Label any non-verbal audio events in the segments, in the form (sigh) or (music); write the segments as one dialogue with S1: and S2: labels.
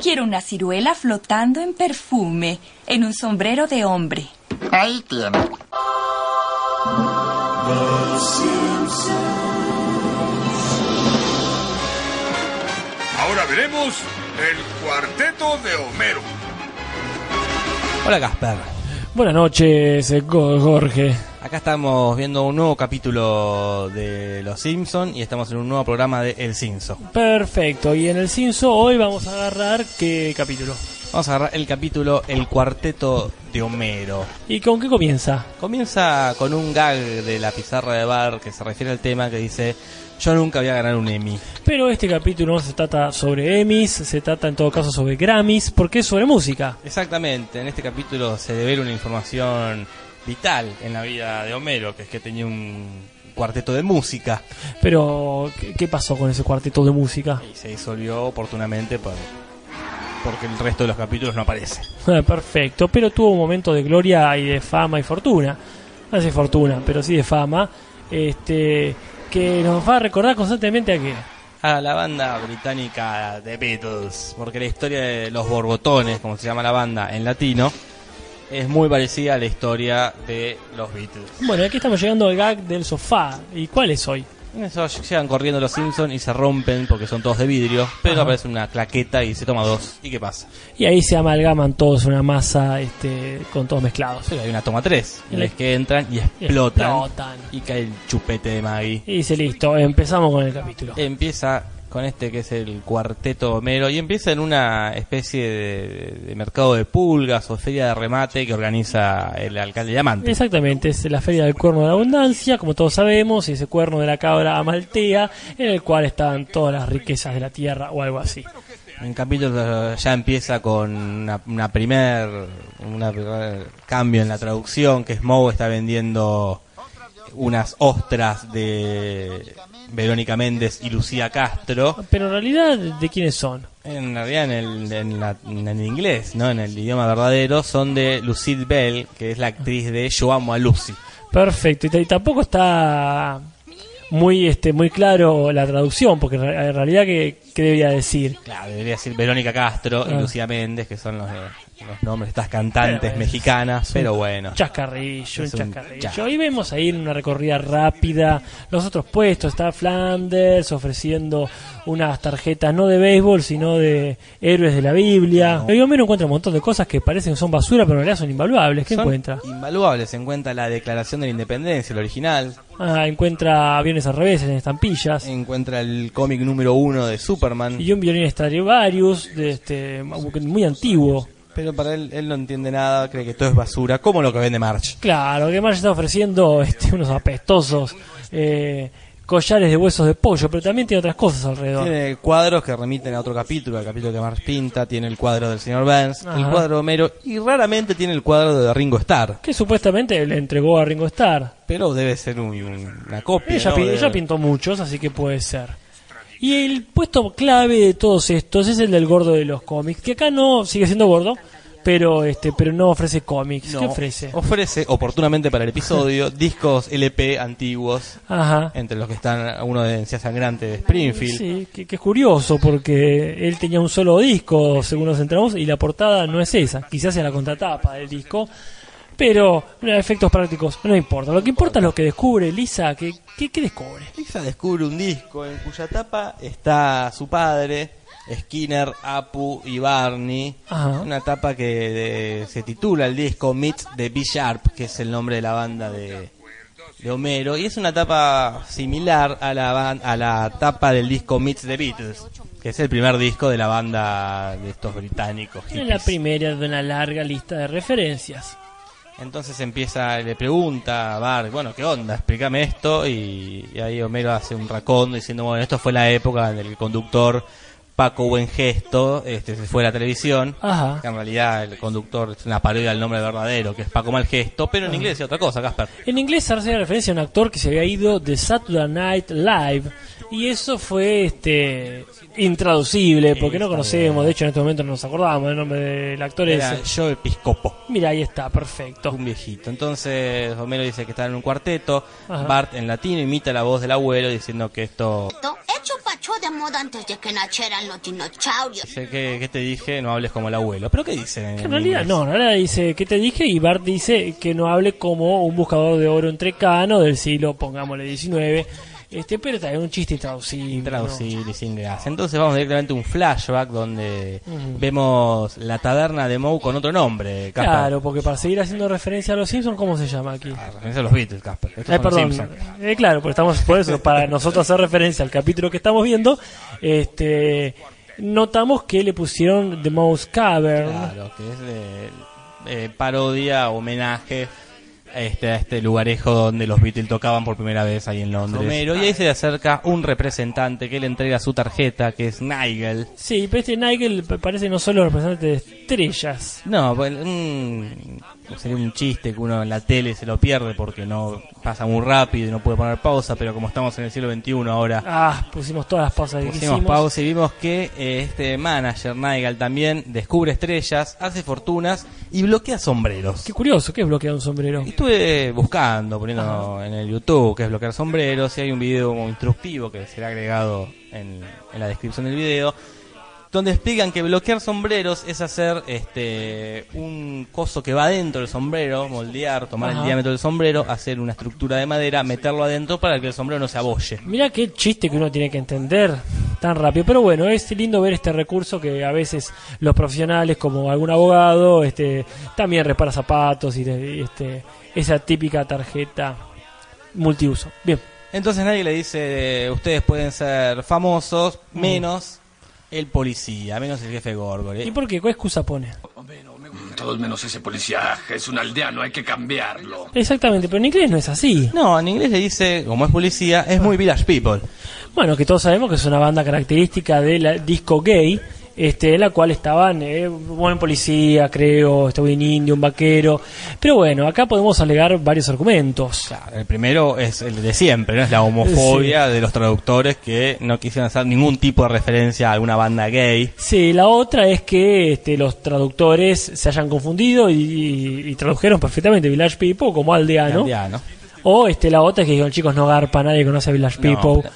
S1: quiero una ciruela flotando en perfume, en un sombrero de hombre.
S2: Ahí tiene.
S3: Ahora veremos el cuarteto de Homero.
S4: Hola Gaspar,
S5: Buenas noches, eh, Go- Jorge.
S4: acá estamos viendo un nuevo capítulo de Los Simpson y estamos en un nuevo programa de El Simpson.
S5: Perfecto. Y en el Cinso hoy vamos a agarrar qué capítulo.
S4: Vamos a agarrar el capítulo El Cuarteto de Homero.
S5: ¿Y con qué comienza?
S4: Comienza con un gag de la pizarra de bar que se refiere al tema que dice yo nunca voy a ganar un Emmy.
S5: Pero este capítulo no se trata sobre Emmys, se trata en todo caso sobre Grammys, porque es sobre música.
S4: Exactamente, en este capítulo se devela una información vital en la vida de Homero, que es que tenía un cuarteto de música
S5: Pero, ¿qué, qué pasó con ese cuarteto de música? (laughs)
S4: y se disolvió oportunamente por- porque el resto de los capítulos no aparece.
S5: Ah, Perfecto, pero tuvo un momento de gloria y de fama y fortuna. No sé si fortuna, pero sí de fama. Este, que nos va a recordar constantemente a que
S4: a la banda británica The Beatles, porque la historia de los Borbotones, como se llama la banda en latino, es muy parecida a la historia de los Beatles.
S5: Bueno, aquí estamos llegando al gag del sofá. ¿Y cuál es hoy?
S4: En eso llegan corriendo los Simpsons y se rompen porque son todos de vidrio, pero
S5: Ajá.
S4: aparece una claqueta y se toma dos. ¿Y qué pasa?
S5: Y ahí se amalgaman todos una masa este, con todos mezclados.
S4: Pero hay una toma tres,
S5: Y
S4: y
S5: la-
S4: es que entran y explotan, y
S5: explotan.
S4: cae el chupete de Maggie.
S5: Y dice, listo, empezamos con el capítulo.
S4: Eh. Empieza con este que es el cuarteto Homero y empieza en una especie de, de mercado de pulgas o feria de remate que organiza el alcalde Diamante.
S5: Exactamente, es la feria del cuerno de la abundancia, como todos sabemos, y ese cuerno de la cabra amaltea, en el cual estaban todas las riquezas de la tierra o algo así.
S4: En capítulo ya empieza con una, una primer, una primer cambio en la traducción que es Moe está vendiendo unas ostras de Verónica Méndez y Lucía Castro.
S5: Pero en realidad, ¿de quiénes son?
S4: En realidad en el, en la- en el inglés, ¿no? En el idioma verdadero son de Lucille Bell, que es la actriz de Yo amo a Lucy.
S5: Perfecto, y t- y tampoco está muy este muy claro la traducción, porque en re- en realidad, ¿qué, qué debía decir?
S4: Claro, debería decir Verónica Castro y
S5: Ah.
S4: Lucía Méndez, que son los, los nombres de estas cantantes
S5: Pero es-
S4: mexicanas, pero (laughs) bueno.
S5: Chascarrillo, un
S4: Es un
S5: chascarrillo.
S4: chascarrillo.
S5: Y vemos ahí en una recorrida rápida los otros puestos. Está Flanders ofreciendo unas tarjetas no de béisbol, sino de héroes de la Biblia. Y Homero encuentra un montón de cosas que parecen que son basura, pero en realidad son invaluables. ¿Qué
S4: Son
S5: encuentra?
S4: Invaluables. Encuentra la Declaración de la Independencia, el original.
S5: Ah, encuentra aviones al revés en estampillas.
S4: Encuentra el cómic número uno de Superman.
S5: Y un violín Stradivarius, de este, muy antiguo.
S4: Pero para él, él no entiende nada, cree que todo es basura, como lo que vende March.
S5: Claro, que Marge está ofreciendo este, unos apestosos eh, collares de huesos de pollo, pero también tiene otras cosas alrededor.
S4: Tiene cuadros que remiten a otro capítulo, al capítulo que March pinta, tiene el cuadro del señor Burns, el
S5: Ajá.
S4: cuadro de Homero y raramente tiene el cuadro de Ringo Starr.
S5: Que supuestamente le entregó a Ringo Starr.
S4: Pero debe ser un- una copia.
S5: Ella,
S4: ¿no?
S5: pi-
S4: Debe-
S5: ella pintó muchos, así que puede ser. Y el puesto clave de todos estos es el del gordo de los cómics, que acá no sigue siendo gordo, pero este, pero no ofrece cómics.
S4: No,
S5: ¿Qué ofrece?
S4: Ofrece, oportunamente para el episodio, discos LP
S5: (laughs)
S4: antiguos,
S5: Ajá.
S4: entre los que están uno de Encía Sangrante de Springfield.
S5: Sí, que, que es curioso, porque él tenía un solo disco, según nos entramos, y la portada no es esa. Quizás sea la contratapa del disco, pero mira, efectos prácticos no importa. Lo que importa es lo que descubre Lisa, que, que, que descubre.
S4: Lisa descubre un disco en cuya tapa está su padre, Skinner, Apu y Barney.
S5: Ajá.
S4: Una tapa que de- se titula el disco Meet the B Sharp, que es el nombre de la banda de, de Homero. Y es una tapa similar a la, ban- a la tapa del disco Meet the Beatles, que es el primer disco de la banda de estos británicos.
S5: Es la
S4: hippies.
S5: primera de una larga lista de referencias.
S4: Entonces empieza, le pregunta a Bart, bueno, ¿qué onda? Explícame esto. Y, y ahí Homero hace un racondo diciendo, bueno, esto fue la época en el conductor Paco Buengesto este, se fue a la televisión.
S5: Ajá.
S4: Que en realidad el conductor es una parodia del nombre verdadero, que es Paco Malgesto, pero en inglés es otra cosa, Casper.
S5: En inglés hace referencia a un actor que se había ido de Saturday Night Live y eso fue este intraducible porque no
S4: Está
S5: conocemos, de hecho en este momento no nos acordábamos del nombre del actor
S4: Era
S5: ese.
S4: yo episcopo.
S5: Mira, ahí está, perfecto.
S4: Un viejito. Entonces Homero dice que está en un cuarteto.
S5: Ajá.
S4: Bart en latino imita la voz del abuelo diciendo que esto
S2: Hecho pa' echó de moda antes de que nacieran los dinosaurios.
S4: Sé que, que te dije, no hables como el abuelo. ¿Pero qué dice?
S5: En realidad, no, en realidad dice, ¿qué te dije? Y Bart dice que no hable como un buscador de oro entrecano del siglo, pongámosle, XIX. Este, pero también un chiste traducido.
S4: Traducir y sin gracia. Entonces vamos directamente a un flashback donde vemos la taberna de Moe con otro nombre, Casper.
S5: Claro, porque para seguir haciendo referencia a los Simpsons, ¿cómo se llama aquí?
S4: Ah, referencia a los Beatles, Casper. Estos
S5: Eh,
S4: son los
S5: perdón.
S4: Simpsons.
S5: Eh, claro, pero estamos por eso, para nosotros hacer referencia al capítulo que estamos viendo, este notamos que le pusieron The Mouse Cavern.
S4: Claro, que es de, eh, parodia, homenaje este, a este lugarejo donde los Beatles tocaban por primera vez ahí en Londres. Homero, y ahí se le acerca un representante que le entrega su tarjeta, que es Nigel.
S5: Sí, pero este Nigel pa- parece no solo representante de estrellas.
S4: No, bueno, un- sería un chiste que uno en la tele se lo pierde porque no pasa muy rápido y no puede poner pausa, pero como estamos en el siglo XXI ahora,
S5: Ah, pusimos todas las pausas que
S4: Pusimos
S5: hicimos.
S4: pausa y vimos que eh, este manager Nigel también descubre estrellas, hace fortunas y bloquea sombreros.
S5: Qué curioso, ¿qué es bloquear un sombrero?
S4: Estuve buscando, poniendo en el YouTube que es bloquear sombreros y hay un video como instructivo que será agregado en, en la descripción del video donde explican que bloquear sombreros es hacer este un coso que va dentro del sombrero, moldear, tomar
S5: Ajá.
S4: el diámetro del sombrero, hacer una estructura de madera, meterlo adentro para que el sombrero no se abolle.
S5: Mirá qué chiste que uno tiene que entender tan rápido. Pero bueno, es lindo ver este recurso que a veces los profesionales, como algún abogado, este, también repara zapatos y, de- y, este, esa típica tarjeta multiuso. Bien,
S4: Entonces nadie le dice, ustedes pueden ser famosos,
S5: Mm.
S4: menos el policía, menos el jefe Gorgor.
S5: ¿y por qué? ¿Qué excusa pone?
S6: Todos menos ese policía. Es un aldeano, hay que cambiarlo.
S5: Exactamente, pero en inglés no es así.
S4: No, en inglés le dice, como es policía, es
S5: Ah.
S4: muy village people.
S5: Bueno, que todos sabemos que es una banda característica del disco gay, este, en la cual estaban eh, un policía, creo, estaba un indio, un vaquero. Pero bueno, acá podemos alegar varios argumentos.
S4: Claro, el primero es el de siempre, ¿no? Es la homofobia de los traductores que no quisieron hacer ningún tipo de referencia a alguna banda gay.
S5: Sí, la otra es que este, los traductores se hayan confundido y, y- y tradujeron perfectamente Village People como aldeano.
S4: Indiano.
S5: O este, la otra es que dijeron, chicos, no garpa, nadie conoce a Village
S4: No,
S5: People.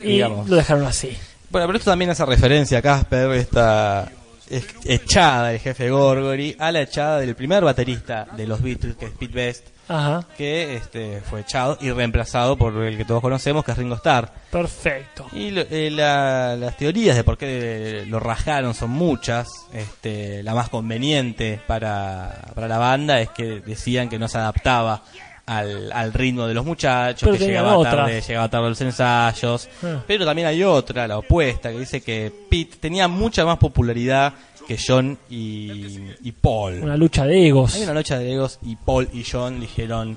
S5: y
S4: digamos.
S5: lo dejaron así.
S4: Bueno, pero esto también hace referencia a Casper, esta es- echada del jefe Gorgory, a la echada del primer baterista de los Beatles, que es Pete Best.
S5: Ajá,
S4: que este, fue echado y reemplazado por el que todos conocemos, que es Ringo Starr.
S5: perfecto.
S4: Y lo- eh, la- las teorías de por qué lo rajaron son muchas. Este, la más conveniente para, para la banda es que decían que no se adaptaba al, al ritmo de los muchachos,
S5: Pero
S4: que
S5: tenían
S4: llegaba
S5: otras.
S4: tarde, llegaba tarde a los ensayos.
S5: Ah.
S4: Pero también hay otra, la opuesta, que dice que Pete tenía mucha más popularidad que John y, y Paul.
S5: Una lucha de egos.
S4: Hay una noche de egos y Paul y John dijeron,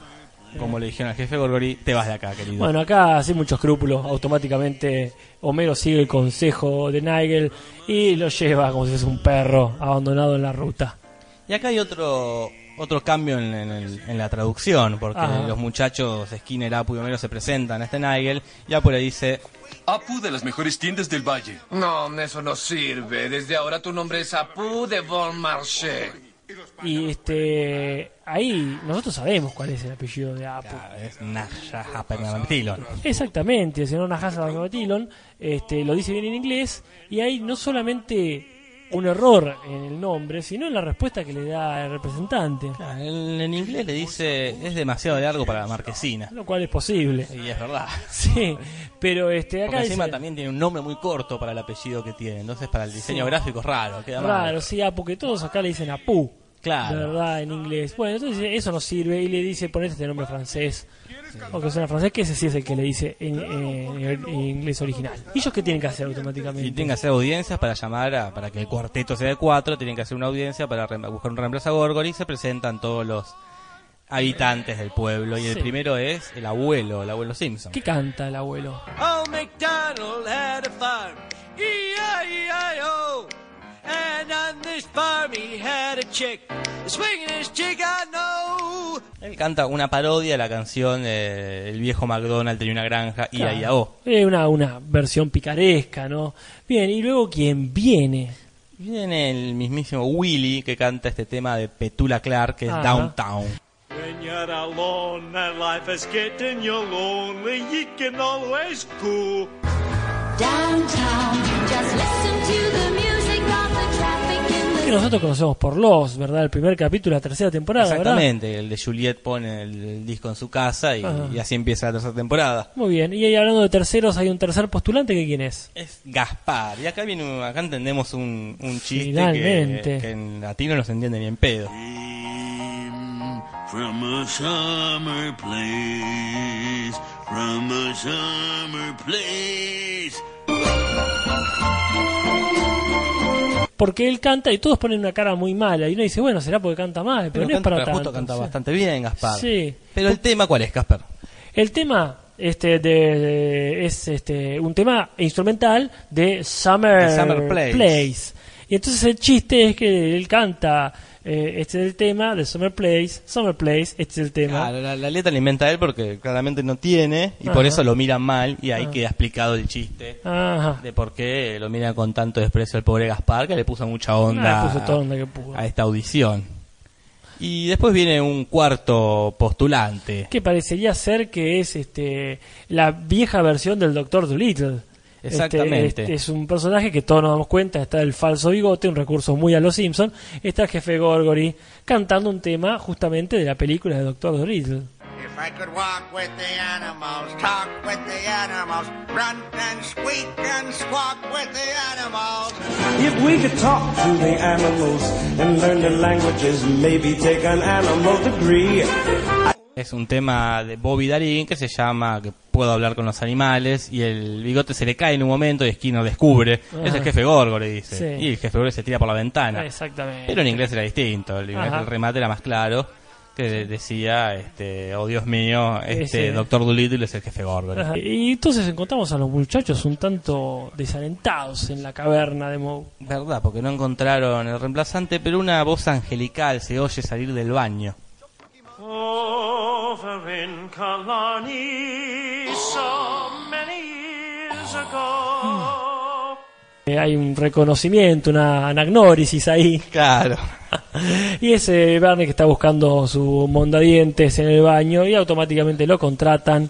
S4: como le dijeron al jefe Gorgori, te vas de acá, querido.
S5: Bueno, acá sin muchos escrúpulos, automáticamente Homero sigue el consejo de Nigel y lo lleva como si fuese un perro abandonado en la ruta.
S4: Y acá hay otro otro cambio en, en el- en la traducción, porque
S5: Ajá.
S4: los muchachos Skinner, Apu y Homero se presentan a este Nigel y Apu le dice,
S7: Apu de las mejores tiendas del valle.
S6: No, eso no sirve. Desde ahora tu nombre es Apu de Bon Marché.
S5: Y este ahí nosotros sabemos cuál es el apellido de Apu.
S4: "Ah, es Nasha Hapernamatillon".
S5: Exactamente, el señor Nahasa Batilon este, lo dice bien en inglés y hay no solamente un error en el nombre, sino en la respuesta que le da el representante,
S4: Ah, En, en inglés le dice, es demasiado largo para la marquesina.
S5: lo cual es posible.
S4: Y es verdad.
S5: (laughs) Sí, pero este acá
S4: Porque encima
S5: dice-
S4: también tiene un nombre muy corto para el apellido que tiene, entonces para el diseño gráfico es raro, queda mal.
S5: Claro, sí, ah, porque todos acá le dicen Apu.
S4: Claro.
S5: De verdad, en inglés. Bueno, entonces eso no sirve y le dice ponete este nombre francés. O que suena francés, que ese sí es el que le dice en, en- en inglés original. ¿Y ellos qué tienen que hacer automáticamente?
S4: Y tienen que hacer audiencias para llamar a, para que el cuarteto sea de cuatro, tienen que hacer una audiencia para re- buscar un reemplazo a Gorgor y se presentan todos los habitantes del pueblo. Y el
S5: Sí.
S4: primero es el abuelo, el abuelo Simpson.
S5: ¿Qué canta el abuelo?
S8: Old MacDonald had a farm, E-I-E-I-O. And on this farm he had a chick, the swingin'est chick I know.
S4: Él canta una parodia de la canción eh, El viejo McDonald tenía una granja y ahí
S5: Eh, una, una versión picaresca, ¿no? Bien, y luego quien viene.
S4: Viene el mismísimo Willy que canta este tema de Petula Clark que es
S5: Ajá.
S4: Downtown.
S8: When you're alone and life is getting you lonely, you can always go
S9: downtown. Just listen to the music of the traffic in the
S5: Que nosotros conocemos por Los, ¿verdad? El primer capítulo, la tercera temporada, ¿verdad?
S4: Exactamente, el de Juliet pone el, el disco en su casa y,
S5: Ajá.
S4: y así empieza la tercera temporada.
S5: Muy bien. Y ahí hablando de terceros, hay un tercer postulante que quién es.
S4: Es Gaspar, y acá viene, un- acá entendemos un, un chiste
S5: Finalmente.
S4: que, que en latino no se entiende ni en pedo.
S10: From a summer place, from a summer place.
S5: Porque él canta y todos ponen una cara muy mala. Y uno dice, bueno, será porque canta mal,
S4: Pero
S5: pero, no es
S4: canta-
S5: para tanto.
S4: justo canta
S5: o sea.
S4: bastante bien Gaspar.
S5: Sí.
S4: Pero el tema, ¿cuál es, Gaspar?
S5: El tema este de, de- es este un tema instrumental de Summer,
S4: De Summer Place.
S5: Y entonces el chiste es que él canta eh, este es el tema de Summer Place, Summer Place, este es el tema.
S4: Ah, la, la letra la inventa él porque claramente no tiene y por
S5: Ajá. Ah.
S4: eso lo miran mal y ahí queda explicado el chiste
S5: Ajá.
S4: de por qué lo miran con tanto desprecio al pobre Gaspar que le puso mucha onda,
S5: Ah, le puso toda onda que pudo.
S4: a esta audición. Y después viene un cuarto postulante.
S5: Que parecería ser que es este la vieja versión del Doctor Dolittle. Este,
S4: Exactamente.
S5: este es un personaje que todos nos damos cuenta, está el falso bigote, un recurso muy a los Simpson, está el jefe Gorgory cantando un tema justamente de la película de Doctor Dolittle.
S11: If I could walk with the animals, talk with the animals, grunt and squeak and squawk with the animals.
S12: If we could talk to the animals and learn their languages, maybe take an animal degree.
S4: Es un tema de Bobby Darín que se llama que puedo hablar con los animales y el bigote se le cae en un momento y Esquino descubre. Es el
S5: Ah.
S4: jefe Gorgo, le dice.
S5: Sí.
S4: Y el jefe Gorgo se tira por la ventana.
S5: Exactamente.
S4: Pero en inglés era distinto, el,
S5: Ajá.
S4: el remate era más claro, que de- decía, este, oh Dios mío, este
S5: Ese.
S4: Doctor Dolittle es el jefe Gorgon.
S5: Ajá. Y entonces encontramos a los muchachos un tanto desalentados en la caverna de Moe.
S4: Verdad, porque no encontraron el reemplazante, pero una voz angelical se oye salir del baño.
S13: Over in Kalani, so many years ago.
S5: Eh, hay un reconocimiento, una anagnórisis ahí. (laughs)
S4: Claro.
S5: y ese Barney que está buscando su mondadientes en el baño y automáticamente lo contratan.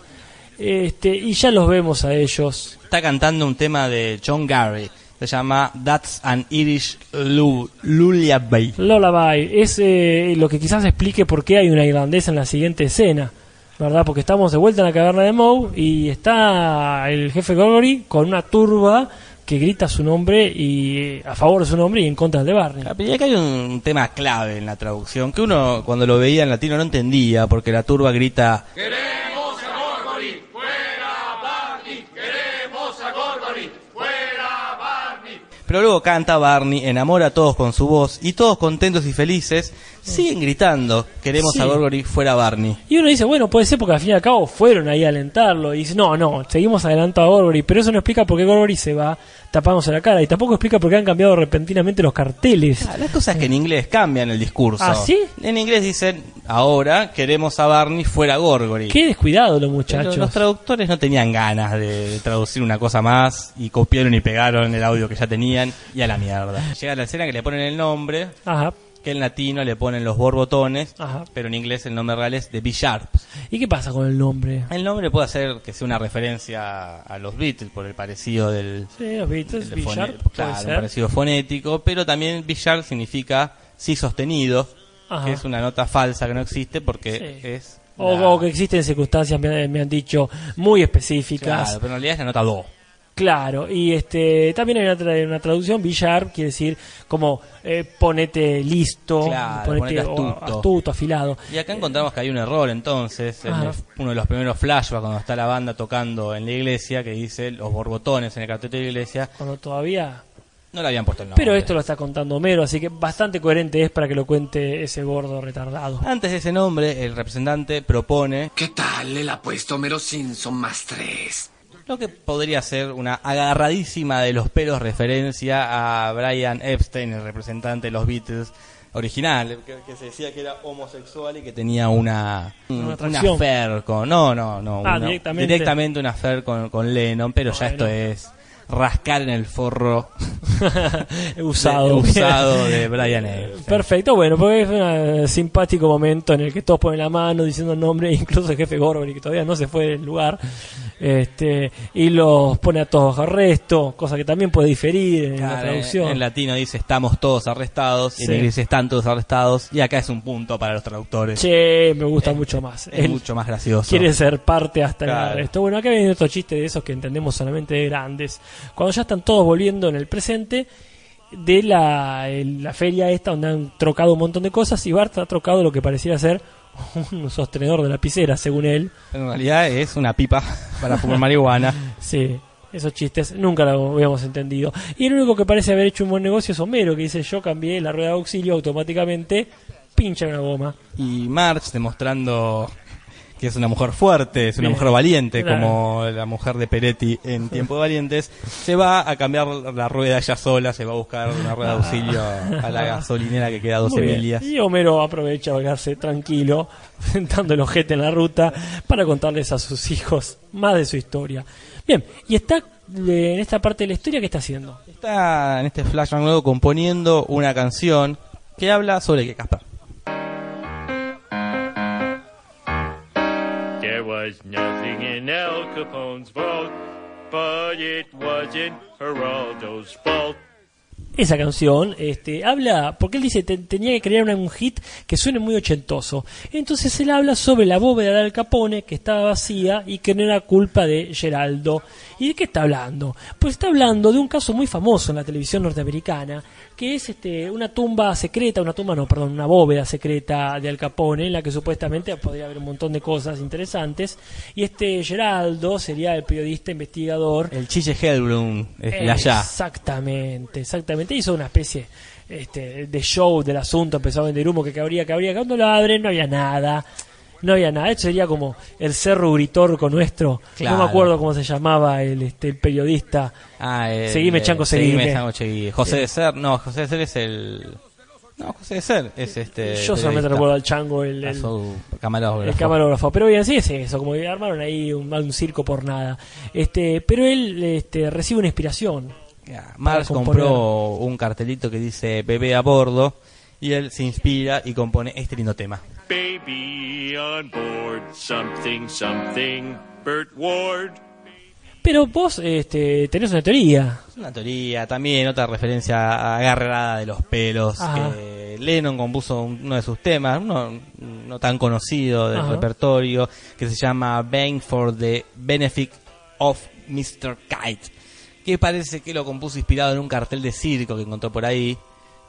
S5: Este, y ya los vemos a ellos.
S4: Está cantando un tema de John Gary, se llama That's an Irish Lu- Lullaby.
S5: Lullaby es eh, lo que quizás explique por qué hay una irlandesa en la siguiente escena, ¿verdad? Porque estamos de vuelta en la caverna de Moe y está el jefe Gorgory con una turba que grita su nombre y eh, a favor de su nombre y en contra de Barney.
S4: Y acá hay un tema clave en la traducción, que uno cuando lo veía en latino no entendía, porque la turba grita
S13: Queremos a Gorgory, fuera Barney. Queremos a Gorgory, fuera Barney.
S4: Pero luego canta Barney, enamora a todos con su voz y todos contentos y felices siguen gritando, queremos
S5: Sí.
S4: a Gorgory fuera Barney.
S5: Y uno dice, bueno, puede ser porque al fin y al cabo fueron ahí a alentarlo. Y dice, no, no, seguimos adelantando a Gorgory. Pero eso no explica por qué Gorgory se va tapándose la cara. Y tampoco explica por qué han cambiado repentinamente los carteles.
S4: La cosa es Ah, que en inglés cambian el discurso.
S5: ¿Ah, sí?
S4: En inglés dicen, ahora queremos a Barney fuera Gorgory.
S5: Qué descuidado los
S4: Pero
S5: muchachos.
S4: los traductores no tenían ganas de, de traducir una cosa más y copiaron y pegaron el audio que ya tenían y a la mierda. Llega la escena que le ponen el nombre,
S5: Ajá.
S4: que en latino le ponen los borbotones,
S5: Ajá.
S4: pero en inglés el nombre real es de B Sharp.
S5: ¿Y qué pasa con el nombre?
S4: El nombre puede hacer que sea una referencia a los Beatles por el parecido del
S5: Sí, los Beatles,
S4: del
S5: B
S4: fone-
S5: Sharp,
S4: claro,
S5: puede
S4: un
S5: ser.
S4: parecido fonético, pero también billar significa sí sostenido,
S5: Ajá.
S4: que es una nota falsa que no existe porque
S5: Sí.
S4: es
S5: O,
S4: la-
S5: o que existen circunstancias, me, me han dicho, muy
S4: claro,
S5: específicas.
S4: pero en realidad es la nota do.
S5: Claro, y este también hay una, tra- una traducción, billar quiere decir como eh, ponete listo,
S4: Claro,
S5: ponete,
S4: ponete
S5: o-
S4: astuto.
S5: astuto, afilado.
S4: Y acá encontramos que hay un error entonces, en
S5: Ajá.
S4: los- uno de los primeros flashbacks cuando está la banda tocando en la iglesia que dice los borbotones en el cartel de la iglesia,
S5: Cuando todavía.
S4: no le habían puesto el nombre.
S5: Pero esto lo está contando Homero, así que bastante coherente es para que lo cuente ese
S4: (laughs)
S5: gordo retardado.
S4: Antes de ese nombre, el representante propone
S6: ¿Qué tal el apuesto Homero Simpson más tres?
S4: Lo que podría ser una agarradísima de los pelos referencia a Brian Epstein, el representante de los Beatles original, que, que se decía que era homosexual y que tenía una
S5: Una
S4: un- una
S5: atracción.
S4: affair con no no no
S5: Ah,
S4: una-
S5: directamente.
S4: directamente una affair con, con Lennon, pero ya esto es rascar en el
S5: (laughs)
S4: forro
S5: usado.
S4: usado de Brian Epstein.
S5: Perfecto, bueno, porque fue un eh, (laughs) simpático momento en el que todos ponen la mano diciendo el nombre, incluso el jefe Gorgory, que todavía no se fue del lugar, Este, y los pone a todos bajo arresto, cosa que también puede diferir en la
S4: Claro,
S5: traducción.
S4: En latino dice estamos todos arrestados,
S5: Sí.
S4: en inglés están todos arrestados, y acá es un punto para los traductores.
S5: Che, me gusta mucho más.
S4: es mucho más gracioso.
S5: Quiere ser parte hasta
S4: Claro.
S5: el resto. Bueno, acá vienen estos chistes de esos que entendemos solamente de grandes. Cuando ya están todos volviendo en el presente de la, el- la feria esta donde han trocado un montón de cosas y Bart ha trocado lo que pareciera ser un sostenedor de lapicera, según él.
S4: En realidad es una pipa (laughs) para fumar marihuana.
S5: Sí, esos chistes nunca lo habíamos entendido. Y el único que parece haber hecho un buen negocio es Homero, que dice yo cambié la rueda de auxilio automáticamente, pincha una goma.
S4: Y March demostrando que es una mujer fuerte, es una
S5: Bien.
S4: mujer valiente,
S5: Claro.
S4: como la mujer de Peretti en Tiempo de Valientes, se va a cambiar la rueda ella sola, se va a buscar una rueda de auxilio a la gasolinera que queda a 12
S5: Ah. Muy bien.
S4: millas.
S5: Y Homero aprovecha a volcarse tranquilo, (laughs) sentando el ojete en la ruta, para contarles a sus hijos más de su historia. Bien, y está eh, en esta parte de la historia, ¿qué está haciendo?
S4: Está en este flashback nuevo componiendo una canción que habla sobre que Casper.
S13: There was nothing in Al Capone's vault, but it wasn't Geraldo's fault.
S5: Esa canción este, habla, porque él dice, "Te- tenía que crear una- un hit que suene muy ochentoso. Entonces él habla sobre la bóveda de Al Capone que estaba vacía y que no era culpa de Geraldo. ¿Y de qué está hablando? Pues está hablando de un caso muy famoso en la televisión norteamericana, que es este, una tumba secreta, una tumba, no, perdón, una bóveda secreta de Al Capone, en la que supuestamente podría haber un montón de cosas interesantes. Y este Geraldo sería el periodista investigador
S4: El Chiche Hellblum, es la ya.
S5: Exactamente, exactamente. Hizo una especie este, de show del asunto, empezó a vender humo que cabría, cabría. Cuando lo abren no había nada, no había nada. Esto sería como el cerro gritorco nuestro. No
S4: Claro.
S5: me acuerdo cómo se llamaba el, este, el periodista.
S4: Ah, el-
S5: seguime, Chanco, seguime.
S4: Chanco, seguime. José
S5: Sí.
S4: de Ser, no, José de Ser es el... No, José de Ser es este...
S5: Yo
S4: periodista.
S5: solamente recuerdo al Chango, el-
S4: A
S5: el,
S4: su camarógrafo.
S5: El camarógrafo. Pero bien, sí es eso, como que armaron ahí un, un circo por nada. Este, pero él este, recibe una inspiración. para
S4: Mars
S5: componer.
S4: compró un cartelito que dice bebé a bordo y él se inspira y compone este lindo tema.
S13: Baby on board, something, something, Bert Ward.
S5: Pero vos este, tenés una teoría.
S4: Es una teoría, también otra referencia agarrada de los pelos.
S5: Ajá.
S4: que Lennon compuso un- uno de sus temas, uno no tan conocido del
S5: Ajá.
S4: repertorio, que se llama Bang for the Benefit of Mr. Kite, que parece que lo compuso inspirado en un cartel de circo que encontró por ahí,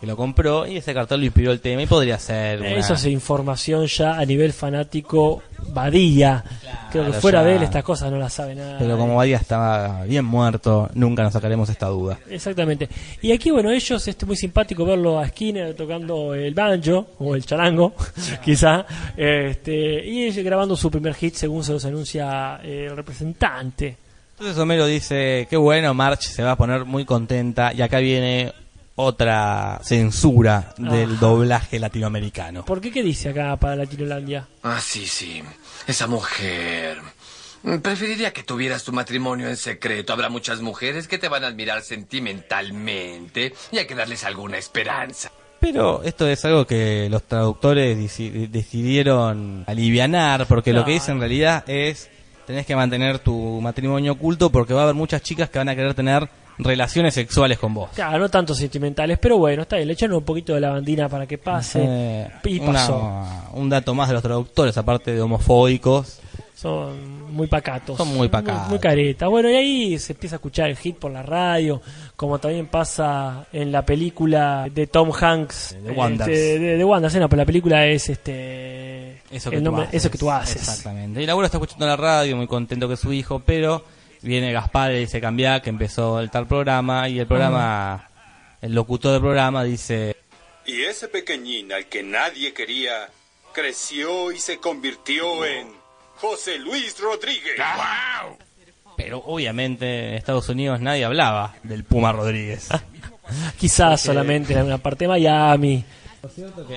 S4: que lo compró y ese cartel lo inspiró el tema y podría ser... una-
S5: Eso es información ya a nivel fanático badía. Creo que
S4: Claro,
S5: fuera
S4: ya.
S5: de él estas cosas no las sabe nada.
S4: Pero como Badía estaba bien muerto, nunca nos sacaremos esta duda.
S5: Exactamente. Y aquí, bueno, ellos, este muy simpático verlo a Skinner tocando el banjo o el charango, (laughs) quizá, este, y ellos grabando su primer hit según se los anuncia eh, el representante.
S4: Entonces Homero dice, qué bueno, March se va a poner muy contenta y acá viene otra censura del
S5: Ajá.
S4: doblaje latinoamericano.
S5: ¿Por qué qué dice acá para Latinolandia?
S6: Ah, sí, sí. Esa mujer. Preferiría que tuvieras tu matrimonio en secreto. Habrá muchas mujeres que te van a admirar sentimentalmente y hay que darles alguna esperanza.
S4: Pero esto es algo que los traductores deci- decidieron alivianar porque lo que
S6: Claro.
S4: dice en realidad es, tenés que mantener tu matrimonio oculto porque va a haber muchas chicas que van a querer tener relaciones sexuales con vos.
S5: Claro, no tanto sentimentales, pero bueno, está bien, le echaron un poquito de lavandina para que pase.
S4: Eh,
S5: y
S4: una-
S5: pasó.
S4: un dato más de los traductores, aparte de homofóbicos.
S5: Son muy pacatos.
S4: Son muy pacatos.
S5: Muy, muy caretas. Bueno, y ahí se empieza a escuchar el hit por la radio, como también pasa en la película de Tom Hanks.
S4: The Wonders.
S5: este, de, de Wonders, eh, no, pero la película es este...
S4: Eso que,
S5: el
S4: tú
S5: nombre-
S4: haces.
S5: Eso que tú haces.
S4: Exactamente. Y el abuelo está escuchando la radio, muy contento que es su hijo, pero viene Gaspar y le dice cambiá, que empezó el tal programa, y el programa, el locutor del programa dice,
S14: Y ese pequeñín al que nadie quería, creció y se convirtió en José Luis Rodríguez.
S4: pero obviamente en Estados Unidos nadie
S5: (laughs)
S4: hablaba del Puma Rodríguez.
S5: Quizás solamente en una parte de Miami.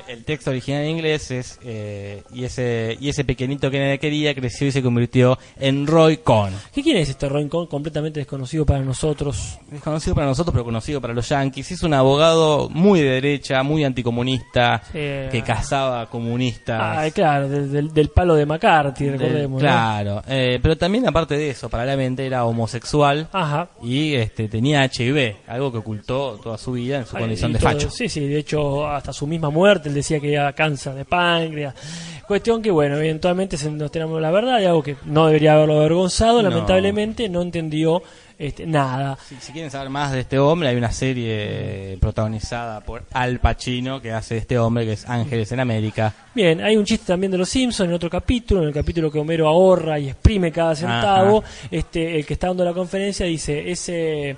S4: El texto original en inglés es eh, y ese y ese pequeñito que nadie quería creció y se convirtió en Roy Cohn.
S5: ¿Qué quién es este Roy Cohn? Completamente desconocido para nosotros.
S4: Desconocido para nosotros, pero conocido para los yanquis. Es un abogado muy de derecha, muy anticomunista,
S5: Sí.
S4: que cazaba comunistas.
S5: Ah, claro, del, del- del palo de McCarthy,
S4: Del-
S5: recordemos. ¿no?
S4: claro, eh, pero también aparte de eso, paralelamente era homosexual
S5: Ajá.
S4: y este, tenía HIV, algo que ocultó toda su vida en su
S5: Ay,
S4: condición
S5: y
S4: de
S5: todo-
S4: facho.
S5: Sí, sí, de hecho, hasta su misma muerte él decía que era cáncer de páncreas. Cuestión que, bueno, eventualmente se nos tenemos la verdad, y algo que no debería haberlo avergonzado,
S4: No.
S5: lamentablemente no entendió este, nada.
S4: Si, si quieren saber más de este hombre, hay una serie protagonizada por Al Pacino que hace este hombre que es Ángeles en América.
S5: Bien, hay un chiste también de los Simpsons en otro capítulo, en el capítulo que Homero ahorra y exprime cada centavo. Este, el que está dando la conferencia dice, ese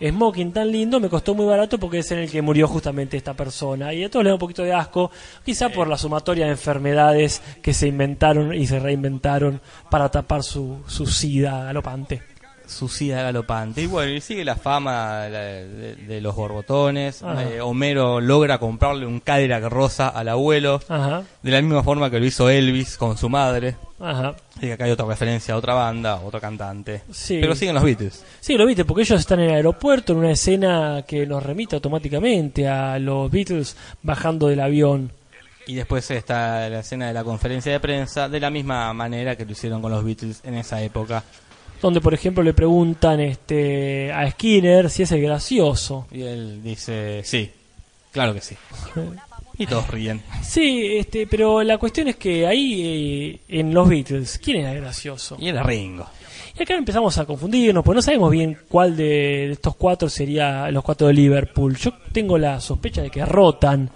S5: smoking tan lindo me costó muy barato porque es en el que murió justamente esta persona. Y a todos le da un poquito de asco, quizá por la sumatoria de enfermedades que se inventaron y se reinventaron para tapar su, su sida galopante.
S4: Su sida galopante. Y bueno, y sigue la fama la- de, de los borbotones.
S5: Ajá.
S4: Eh, Homero logra comprarle un Cadillac rosa al abuelo.
S5: Ajá.
S4: De la misma forma que lo hizo Elvis con su madre.
S5: Ajá.
S4: Y acá hay otra referencia a otra banda, otro cantante.
S5: Sí.
S4: Pero siguen los Beatles.
S5: Sí, lo viste, porque ellos están en el aeropuerto en una escena que nos remite automáticamente a los Beatles bajando del avión.
S4: Y después está la escena de la conferencia de prensa, de la misma manera que lo hicieron con los Beatles en esa época.
S5: donde por ejemplo le preguntan este a Skinner si es el gracioso.
S4: Y él dice, sí, claro que sí. Y todos ríen.
S5: Sí, este, pero la cuestión es que ahí eh, en los Beatles, ¿quién era el gracioso?
S4: Y era Ringo.
S5: Y acá empezamos a confundirnos, porque no sabemos bien cuál de, de estos cuatro sería los cuatro de Liverpool. Yo tengo la sospecha de que rotan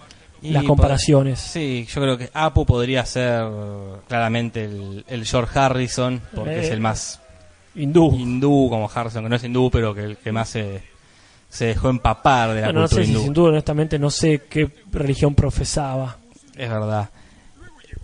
S4: Y
S5: las comparaciones.
S4: pod- Sí, yo creo que Apu podría ser claramente el, el George Harrison, porque
S5: Eh,
S4: es el más
S5: hindú.
S4: hindú como Harrison, que no es hindú, pero que el que más se, se dejó empapar de la
S5: Bueno, no
S4: cultura
S5: sé si
S4: hindú.
S5: sin duda, honestamente, no sé qué religión profesaba.
S4: Es verdad.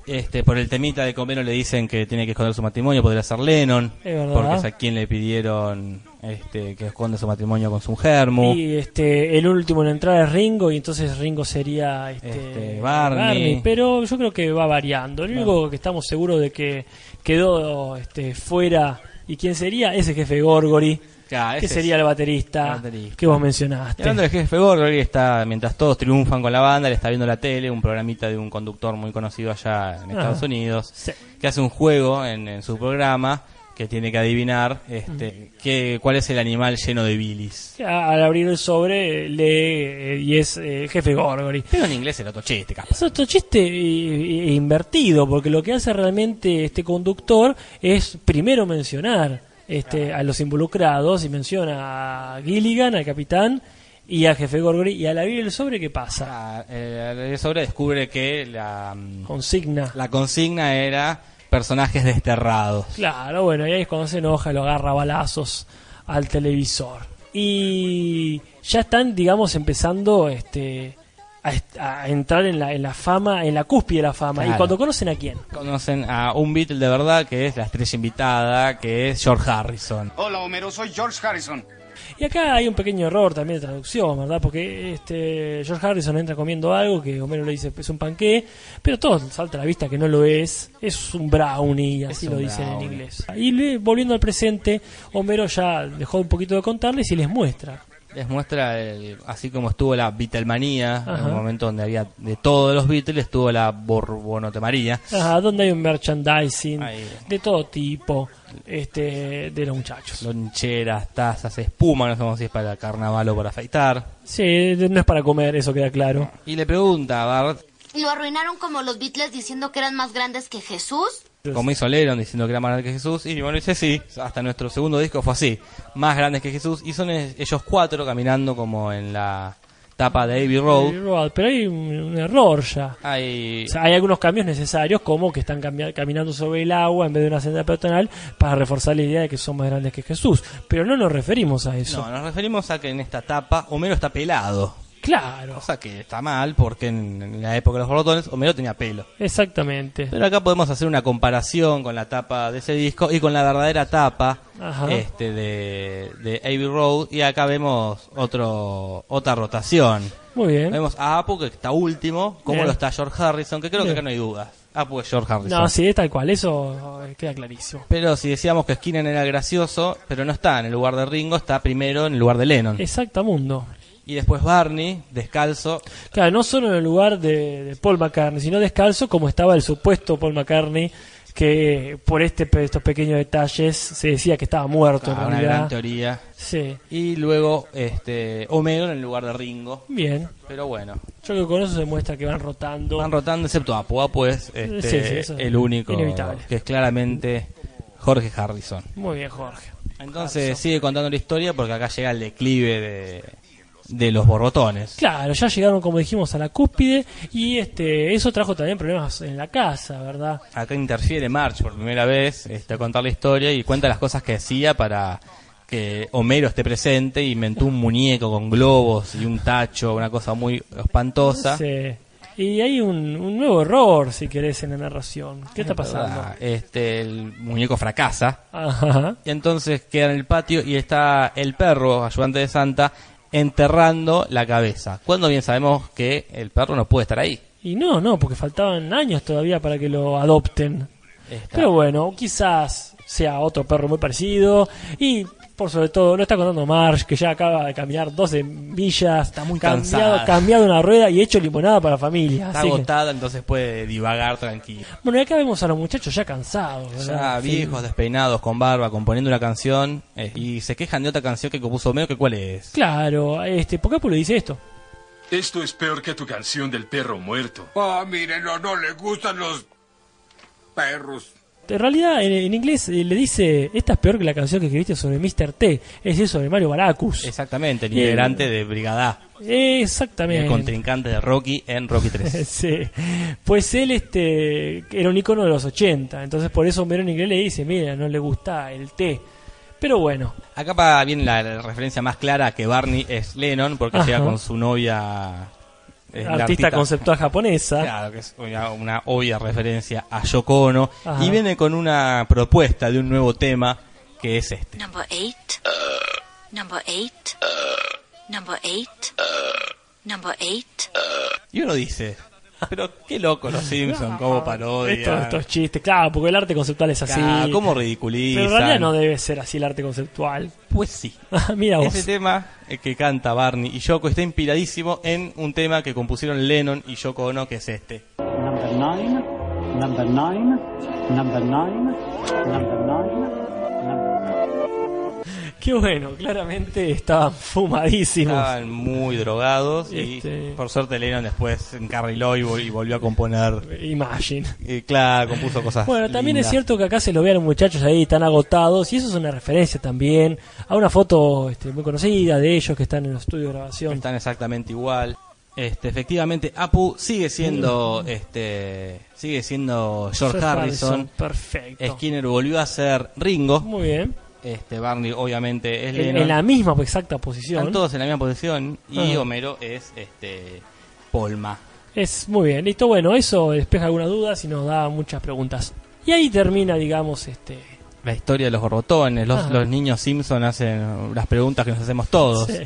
S4: Este, por el temita de Comero le dicen que tiene que esconder su matrimonio, podría ser Lennon,
S5: Es verdad.
S4: porque es a quien le pidieron este, que esconda su matrimonio con su germo.
S5: Y este, el último en entrar es Ringo, y entonces Ringo sería este,
S4: Este, Barney.
S5: Pero yo creo que va variando. Lo único que estamos seguros de que quedó este, fuera. ¿Y quién sería? Ese jefe Gorgory.
S4: Claro,
S5: que
S4: ese
S5: sería
S4: es
S5: el baterista,
S4: el baterista.
S5: que vos
S4: Y
S5: mencionaste.
S4: hablando del jefe Gorgory, está, mientras todos triunfan con la banda, le está viendo la tele, un programita de un conductor muy conocido allá en Estados
S5: Ajá.
S4: Unidos,
S5: Ah, Sí.
S4: que hace un juego en, en su programa que tiene que adivinar este,
S5: Mm.
S4: qué- cuál es el animal lleno de bilis.
S5: Que a- Al abrir el sobre, lee eh, y es eh, el jefe Gorgory.
S4: Pero en inglés era otro chiste, capaz.
S5: Es otro chiste eh, eh, invertido, porque lo que hace realmente este conductor es primero mencionar este, a los involucrados y menciona a Gilligan, al capitán y al jefe Gorgory y al abrir el sobre, ¿qué pasa?
S4: Ah, eh, el sobre descubre que la, mm,
S5: Consigna.
S4: la consigna era personajes desterrados.
S5: Claro, bueno, y ahí es cuando se enoja, lo agarra a balazos al televisor. Y ya están, digamos, empezando este, a, est- a entrar en la, en la fama, en la cúspide de la fama. ¿Y
S4: Claro.
S5: cuando conocen a quién?
S4: Conocen a un Beatle de verdad que es la estrella invitada, que es George Harrison.
S15: Hola, Homero, soy George Harrison.
S5: Y acá hay un pequeño error también de traducción, ¿verdad? Porque este George Harrison entra comiendo algo que Homero le dice es un panqué, pero todo salta a la vista que no lo es, es un brownie, así
S4: un
S5: lo dicen
S4: brownie.
S5: en inglés. Y le- volviendo al presente, Homero ya dejó un poquito de contarles y les muestra.
S4: Les muestra, el- así como estuvo la Beatlemanía, en
S5: Ajá.
S4: un momento donde había de todos los Beatles, estuvo la Borbonotemanía.
S5: Ajá, donde hay un merchandising
S4: Ahí.
S5: de todo tipo este de los muchachos.
S4: Loncheras, tazas, espuma, no sabemos si es para carnaval o para afeitar.
S5: Sí, no es para comer, eso queda claro.
S4: Y le pregunta a Bart,
S2: ¿Lo arruinaron como los Beatles diciendo que eran más grandes que Jesús?
S4: como hizo Lennon diciendo que era más grande que Jesús, y bueno, dice sí, hasta nuestro segundo disco fue así, más grandes que Jesús, y son es- ellos cuatro caminando como en la tapa de Abbey Road.
S5: Pero hay un- un error ya.
S4: Hay,
S5: O sea, hay algunos cambios necesarios, como que están cambi- caminando sobre el agua en vez de una senda peatonal, para reforzar la idea de que son más grandes que Jesús. Pero no nos referimos a eso.
S4: No, nos referimos a que en esta tapa Homero está pelado.
S5: Claro.
S4: Cosa que está mal porque en, en la época de los borbotones Homero tenía pelo.
S5: Exactamente.
S4: Pero acá podemos hacer una comparación con la tapa de ese disco y con la verdadera tapa
S5: Ajá.
S4: este, de, de Abbey Road. Y acá vemos otro, otra rotación.
S5: Muy bien.
S4: Vemos a Apu, que está último, como
S5: ¿Eh? Bien.
S4: lo está George Harrison, que creo
S5: Bien.
S4: que acá no hay dudas. Apu es George Harrison.
S5: No, sí, es tal cual, eso eh, queda clarísimo.
S4: Pero si decíamos que Skinner era gracioso, pero no está en el lugar de Ringo, está primero en el lugar de Lennon.
S5: Exactamundo.
S4: Y después Barney, descalzo,
S5: Claro, no solo en el lugar de, de Paul McCartney, sino descalzo como estaba el supuesto Paul McCartney, que por este pe- estos pequeños detalles se decía que estaba muerto
S4: Ah,
S5: en
S4: una
S5: realidad.
S4: gran teoría.
S5: Sí.
S4: Y luego este Homero en el lugar de Ringo.
S5: Bien.
S4: Pero bueno,
S5: Yo creo que con eso se muestra que van rotando.
S4: van rotando excepto Apu. Apu es este,
S5: Sí, sí, eso es
S4: el único
S5: inevitable.
S4: que es claramente Jorge Harrison.
S5: Muy bien, Jorge.
S4: Entonces sigue contando la historia porque acá llega el declive de, de los borbotones.
S5: Claro, ya llegaron, como dijimos, a la cúspide y este eso trajo también problemas en la casa, ¿verdad?
S4: Acá interfiere March por primera vez este, a contar la historia y cuenta las cosas que hacía para que Homero esté presente. Inventó un muñeco con globos y un tacho, una cosa muy espantosa.
S5: Sí. Y hay un, un nuevo error, si querés, en la narración. ¿Qué está pasando?
S4: Ah, Este, el muñeco fracasa.
S5: Ajá.
S4: Y entonces queda en el patio y está el perro, ayudante de Santa, enterrando la cabeza. Cuando bien sabemos que el perro no puede estar ahí.
S5: Y no, no, porque faltaban años todavía para que lo adopten. Pero bueno, quizás sea otro perro muy parecido. Y por sobre todo, lo está contando Marsh, que ya acaba de caminar 12 millas. Está muy cambiado,
S4: cansada.
S5: cambiado una rueda y hecho limonada para la familia.
S4: Está
S5: así que-
S4: agotada, entonces puede divagar tranquilo.
S5: Bueno, y acá vemos a los muchachos ya cansados.
S4: Ya
S5: ¿verdad? Sí.
S4: viejos, despeinados, con barba, componiendo una canción. eh, y se quejan de otra canción que compuso Homero, que cuál es.
S5: Claro, este, ¿por qué Apu le dice esto?
S7: Esto es peor que tu canción del perro muerto.
S14: Ah, mírenlo, no le gustan los perros.
S5: En realidad, en, en inglés eh, le dice, esta es peor que la canción que escribiste sobre Mr. T, es decir, sobre Mario Baracus.
S4: Exactamente, el
S5: Bien.
S4: integrante de Brigadá.
S5: Exactamente.
S4: El
S5: (laughs)
S4: contrincante de Rocky en Rocky 3.
S5: Sí. Pues él este era un icono de los 80, entonces por eso Homero en inglés le dice, mira, no le gusta el té. Pero bueno,
S4: Acá para bien la, la referencia más clara que Barney es Lennon, porque
S5: Ajá.
S4: llega con su novia. eh, la
S5: artista, conceptual japonesa.
S4: Claro, que es una, una obvia referencia a Yoko Ono.
S5: Ajá.
S4: Y viene con una propuesta de un nuevo tema que es este.
S2: Number eight. Number eight. Number eight. Number eight.
S4: Y uno dice, pero qué loco
S5: (laughs)
S4: los Simpsons, cómo
S5: Estos,
S4: parodia.
S5: estos chistes, claro, porque el arte conceptual es así.
S4: Claro, Ah, cómo
S5: Pero
S4: ridiculizan.
S5: en realidad no debe ser así el arte conceptual. (laughs)
S4: Pues sí.
S5: mira vos.
S4: Ese tema eh, que canta Barney y Yoko está inspiradísimo en un tema que compusieron Lennon y Yoko Ono, que es este.
S16: Number nine, number nine, number nine, number nine.
S5: Qué bueno, claramente estaban fumadísimos.
S4: Estaban muy drogados
S5: Este.
S4: y por suerte Lennon después encarriló y, vol- y volvió a componer.
S5: Imagine.
S4: Y claro, compuso cosas.
S5: Bueno, también es
S4: lindas.
S5: cierto que acá se lo ve a los muchachos ahí tan agotados y eso es una referencia también a una foto este, muy conocida de ellos que están en los estudios de grabación.
S4: Están exactamente igual. Este, efectivamente, Apu sigue siendo este sigue siendo George,
S5: Mm. George
S4: Harrison.
S5: Harrison, perfecto.
S4: Skinner volvió a ser Ringo.
S5: Muy bien.
S4: Este Barney obviamente es
S5: En,
S4: Lennon.
S5: en la misma exacta
S4: Están
S5: posición.
S4: todos en la misma posición y
S5: Ah.
S4: Homero es este Polma.
S5: Es muy bien, listo. Bueno, eso eh, despeja algunas dudas y nos da muchas preguntas. Y ahí termina, digamos, este.
S4: La historia de los borbotones, los,
S5: Ah.
S4: los niños Simpson hacen las preguntas que nos hacemos todos,
S5: Sí.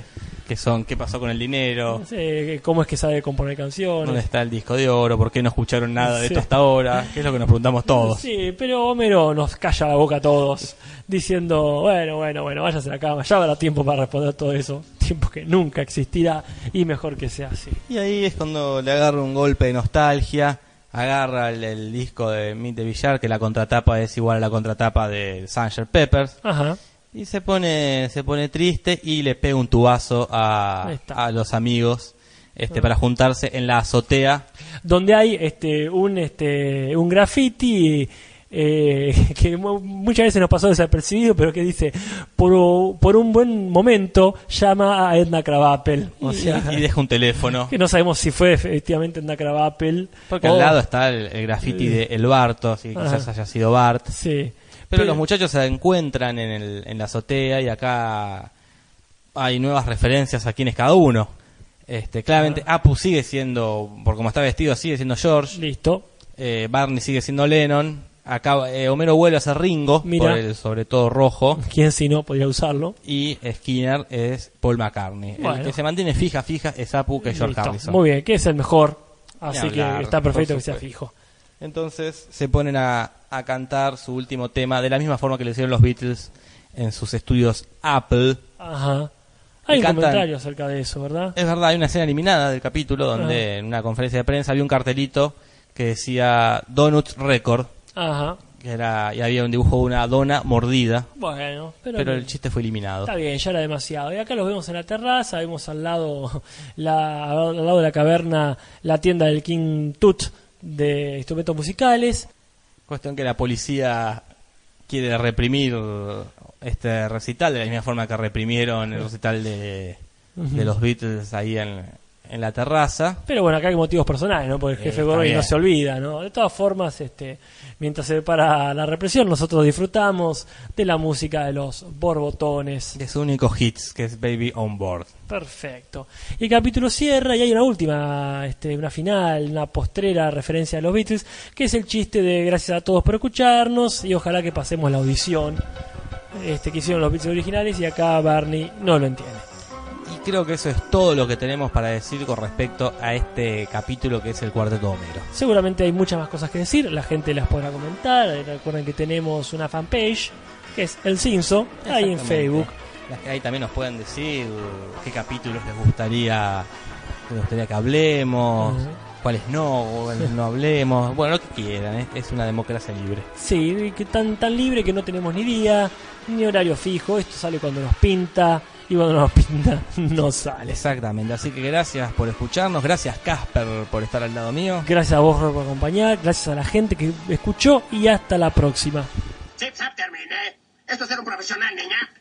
S4: que son qué pasó con el dinero,
S5: no sé, ¿Cómo es que sabe componer
S4: dónde
S5: canciones?
S4: está el disco de oro, por qué no escucharon nada de
S5: Sí.
S4: esto hasta ahora, que es lo que nos preguntamos todos.
S5: Sí, pero Homero nos calla la boca a todos, diciendo, bueno, bueno, bueno, váyase a la cama, ya habrá tiempo para responder todo eso, tiempo que nunca existirá y mejor que sea así.
S4: Y ahí es cuando le agarra un golpe de nostalgia, agarra el, el disco de Meet the Villar, que la contratapa es igual a la contratapa de Sanger Peppers,
S5: Ajá.
S4: y se pone, se pone triste y le pega un tubazo a,
S5: Ahí está. Ah.
S4: a los amigos este, para juntarse en la azotea.
S5: Donde hay este un este un graffiti eh, (laughs) que mu- muchas veces nos pasó desapercibido, pero que dice, por, u- por un buen momento llama a Edna Krabappel. O
S4: y-
S5: sea,
S4: y deja un teléfono.
S5: (laughs) que no sabemos si fue efectivamente Edna Krabappel.
S4: Porque
S5: o-
S4: al lado está el, el graffiti de El Barto, así que quizás
S5: Ajá.
S4: haya sido Bart.
S5: Sí.
S4: Pero, los muchachos se encuentran en, el- en la azotea y acá hay nuevas referencias a quién es cada uno. Este, claramente
S5: Ah.
S4: Apu sigue siendo, por como está vestido, sigue siendo George.
S5: Listo.
S4: Eh, Barney sigue siendo Lennon. Acá eh, Homero vuelve a ser Ringo,
S5: Mira.
S4: por el sobre todo rojo.
S5: ¿Quién si no podría usarlo?
S4: Y Skinner es Paul McCartney.
S5: Bueno.
S4: El que se mantiene fija, fija es Apu que es George
S5: Listo.
S4: Harrison.
S5: Muy bien, que es el mejor.
S4: Ni
S5: Así que
S4: hablar,
S5: está perfecto
S4: por
S5: que sea
S4: supuesto.
S5: fijo.
S4: Entonces se ponen a, a cantar su último tema de la misma forma que lo hicieron los Beatles en sus estudios Apple.
S5: Ajá. Hay
S4: Y
S5: un
S4: cantan-
S5: comentario acerca de eso, ¿verdad?
S4: Es verdad, hay una escena eliminada del capítulo donde
S5: Ajá.
S4: en una conferencia de prensa había un cartelito que decía Donuts Record,
S5: Ajá.
S4: que era y había un dibujo de una dona mordida,
S5: Bueno, pero,
S4: pero, el chiste fue eliminado.
S5: está bien, ya era demasiado. Y acá los vemos en la terraza, vemos al lado, (laughs) la, al lado de la caverna la tienda del King Tut de instrumentos musicales.
S4: Cuestión que la policía quiere reprimir este recital de la misma forma que reprimieron el recital de,
S5: Ujú.
S4: de los Beatles ahí en, en la terraza.
S5: Pero bueno, acá hay motivos personales, ¿no? Porque el
S4: Eh,
S5: jefe
S4: está
S5: Gorby no
S4: bien.
S5: se olvida, ¿no? De todas formas, este, mientras se para la represión, nosotros disfrutamos de la música de los borbotones.
S4: De su único hits, que es Baby on Board.
S5: Perfecto. Y el capítulo cierra y hay una última, este, una final, una postrera referencia a los Beatles, que es el chiste de gracias a todos por escucharnos y ojalá que pasemos la audición este, que hicieron los Beatles originales y acá Barney no lo entiende.
S4: Y creo que eso es todo lo que tenemos para decir con respecto a este capítulo que es el Cuarteto Homero.
S5: Seguramente hay muchas más cosas que decir, la gente las podrá comentar, eh, recuerden que tenemos una fanpage que es El Cinzo, ahí en
S4: Exactamente.
S5: Facebook.
S4: Las que ahí también nos pueden decir qué capítulos les gustaría, les gustaría que hablemos,
S5: Ujú.
S4: cuáles no, o cuáles no hablemos. Bueno, lo que quieran, es, es una democracia libre.
S5: Sí, y que tan, tan libre que no tenemos ni día, ni horario fijo, esto sale cuando nos pinta y cuando no nos (laughs) pinta no sale.
S4: Exactamente, así que gracias por escucharnos, gracias Casper por estar al lado mío.
S5: Gracias a vos Rob, por acompañar, gracias a la gente que escuchó y hasta la próxima.
S17: eh? Zip, zap, terminé. Esto es ser un profesional, niña.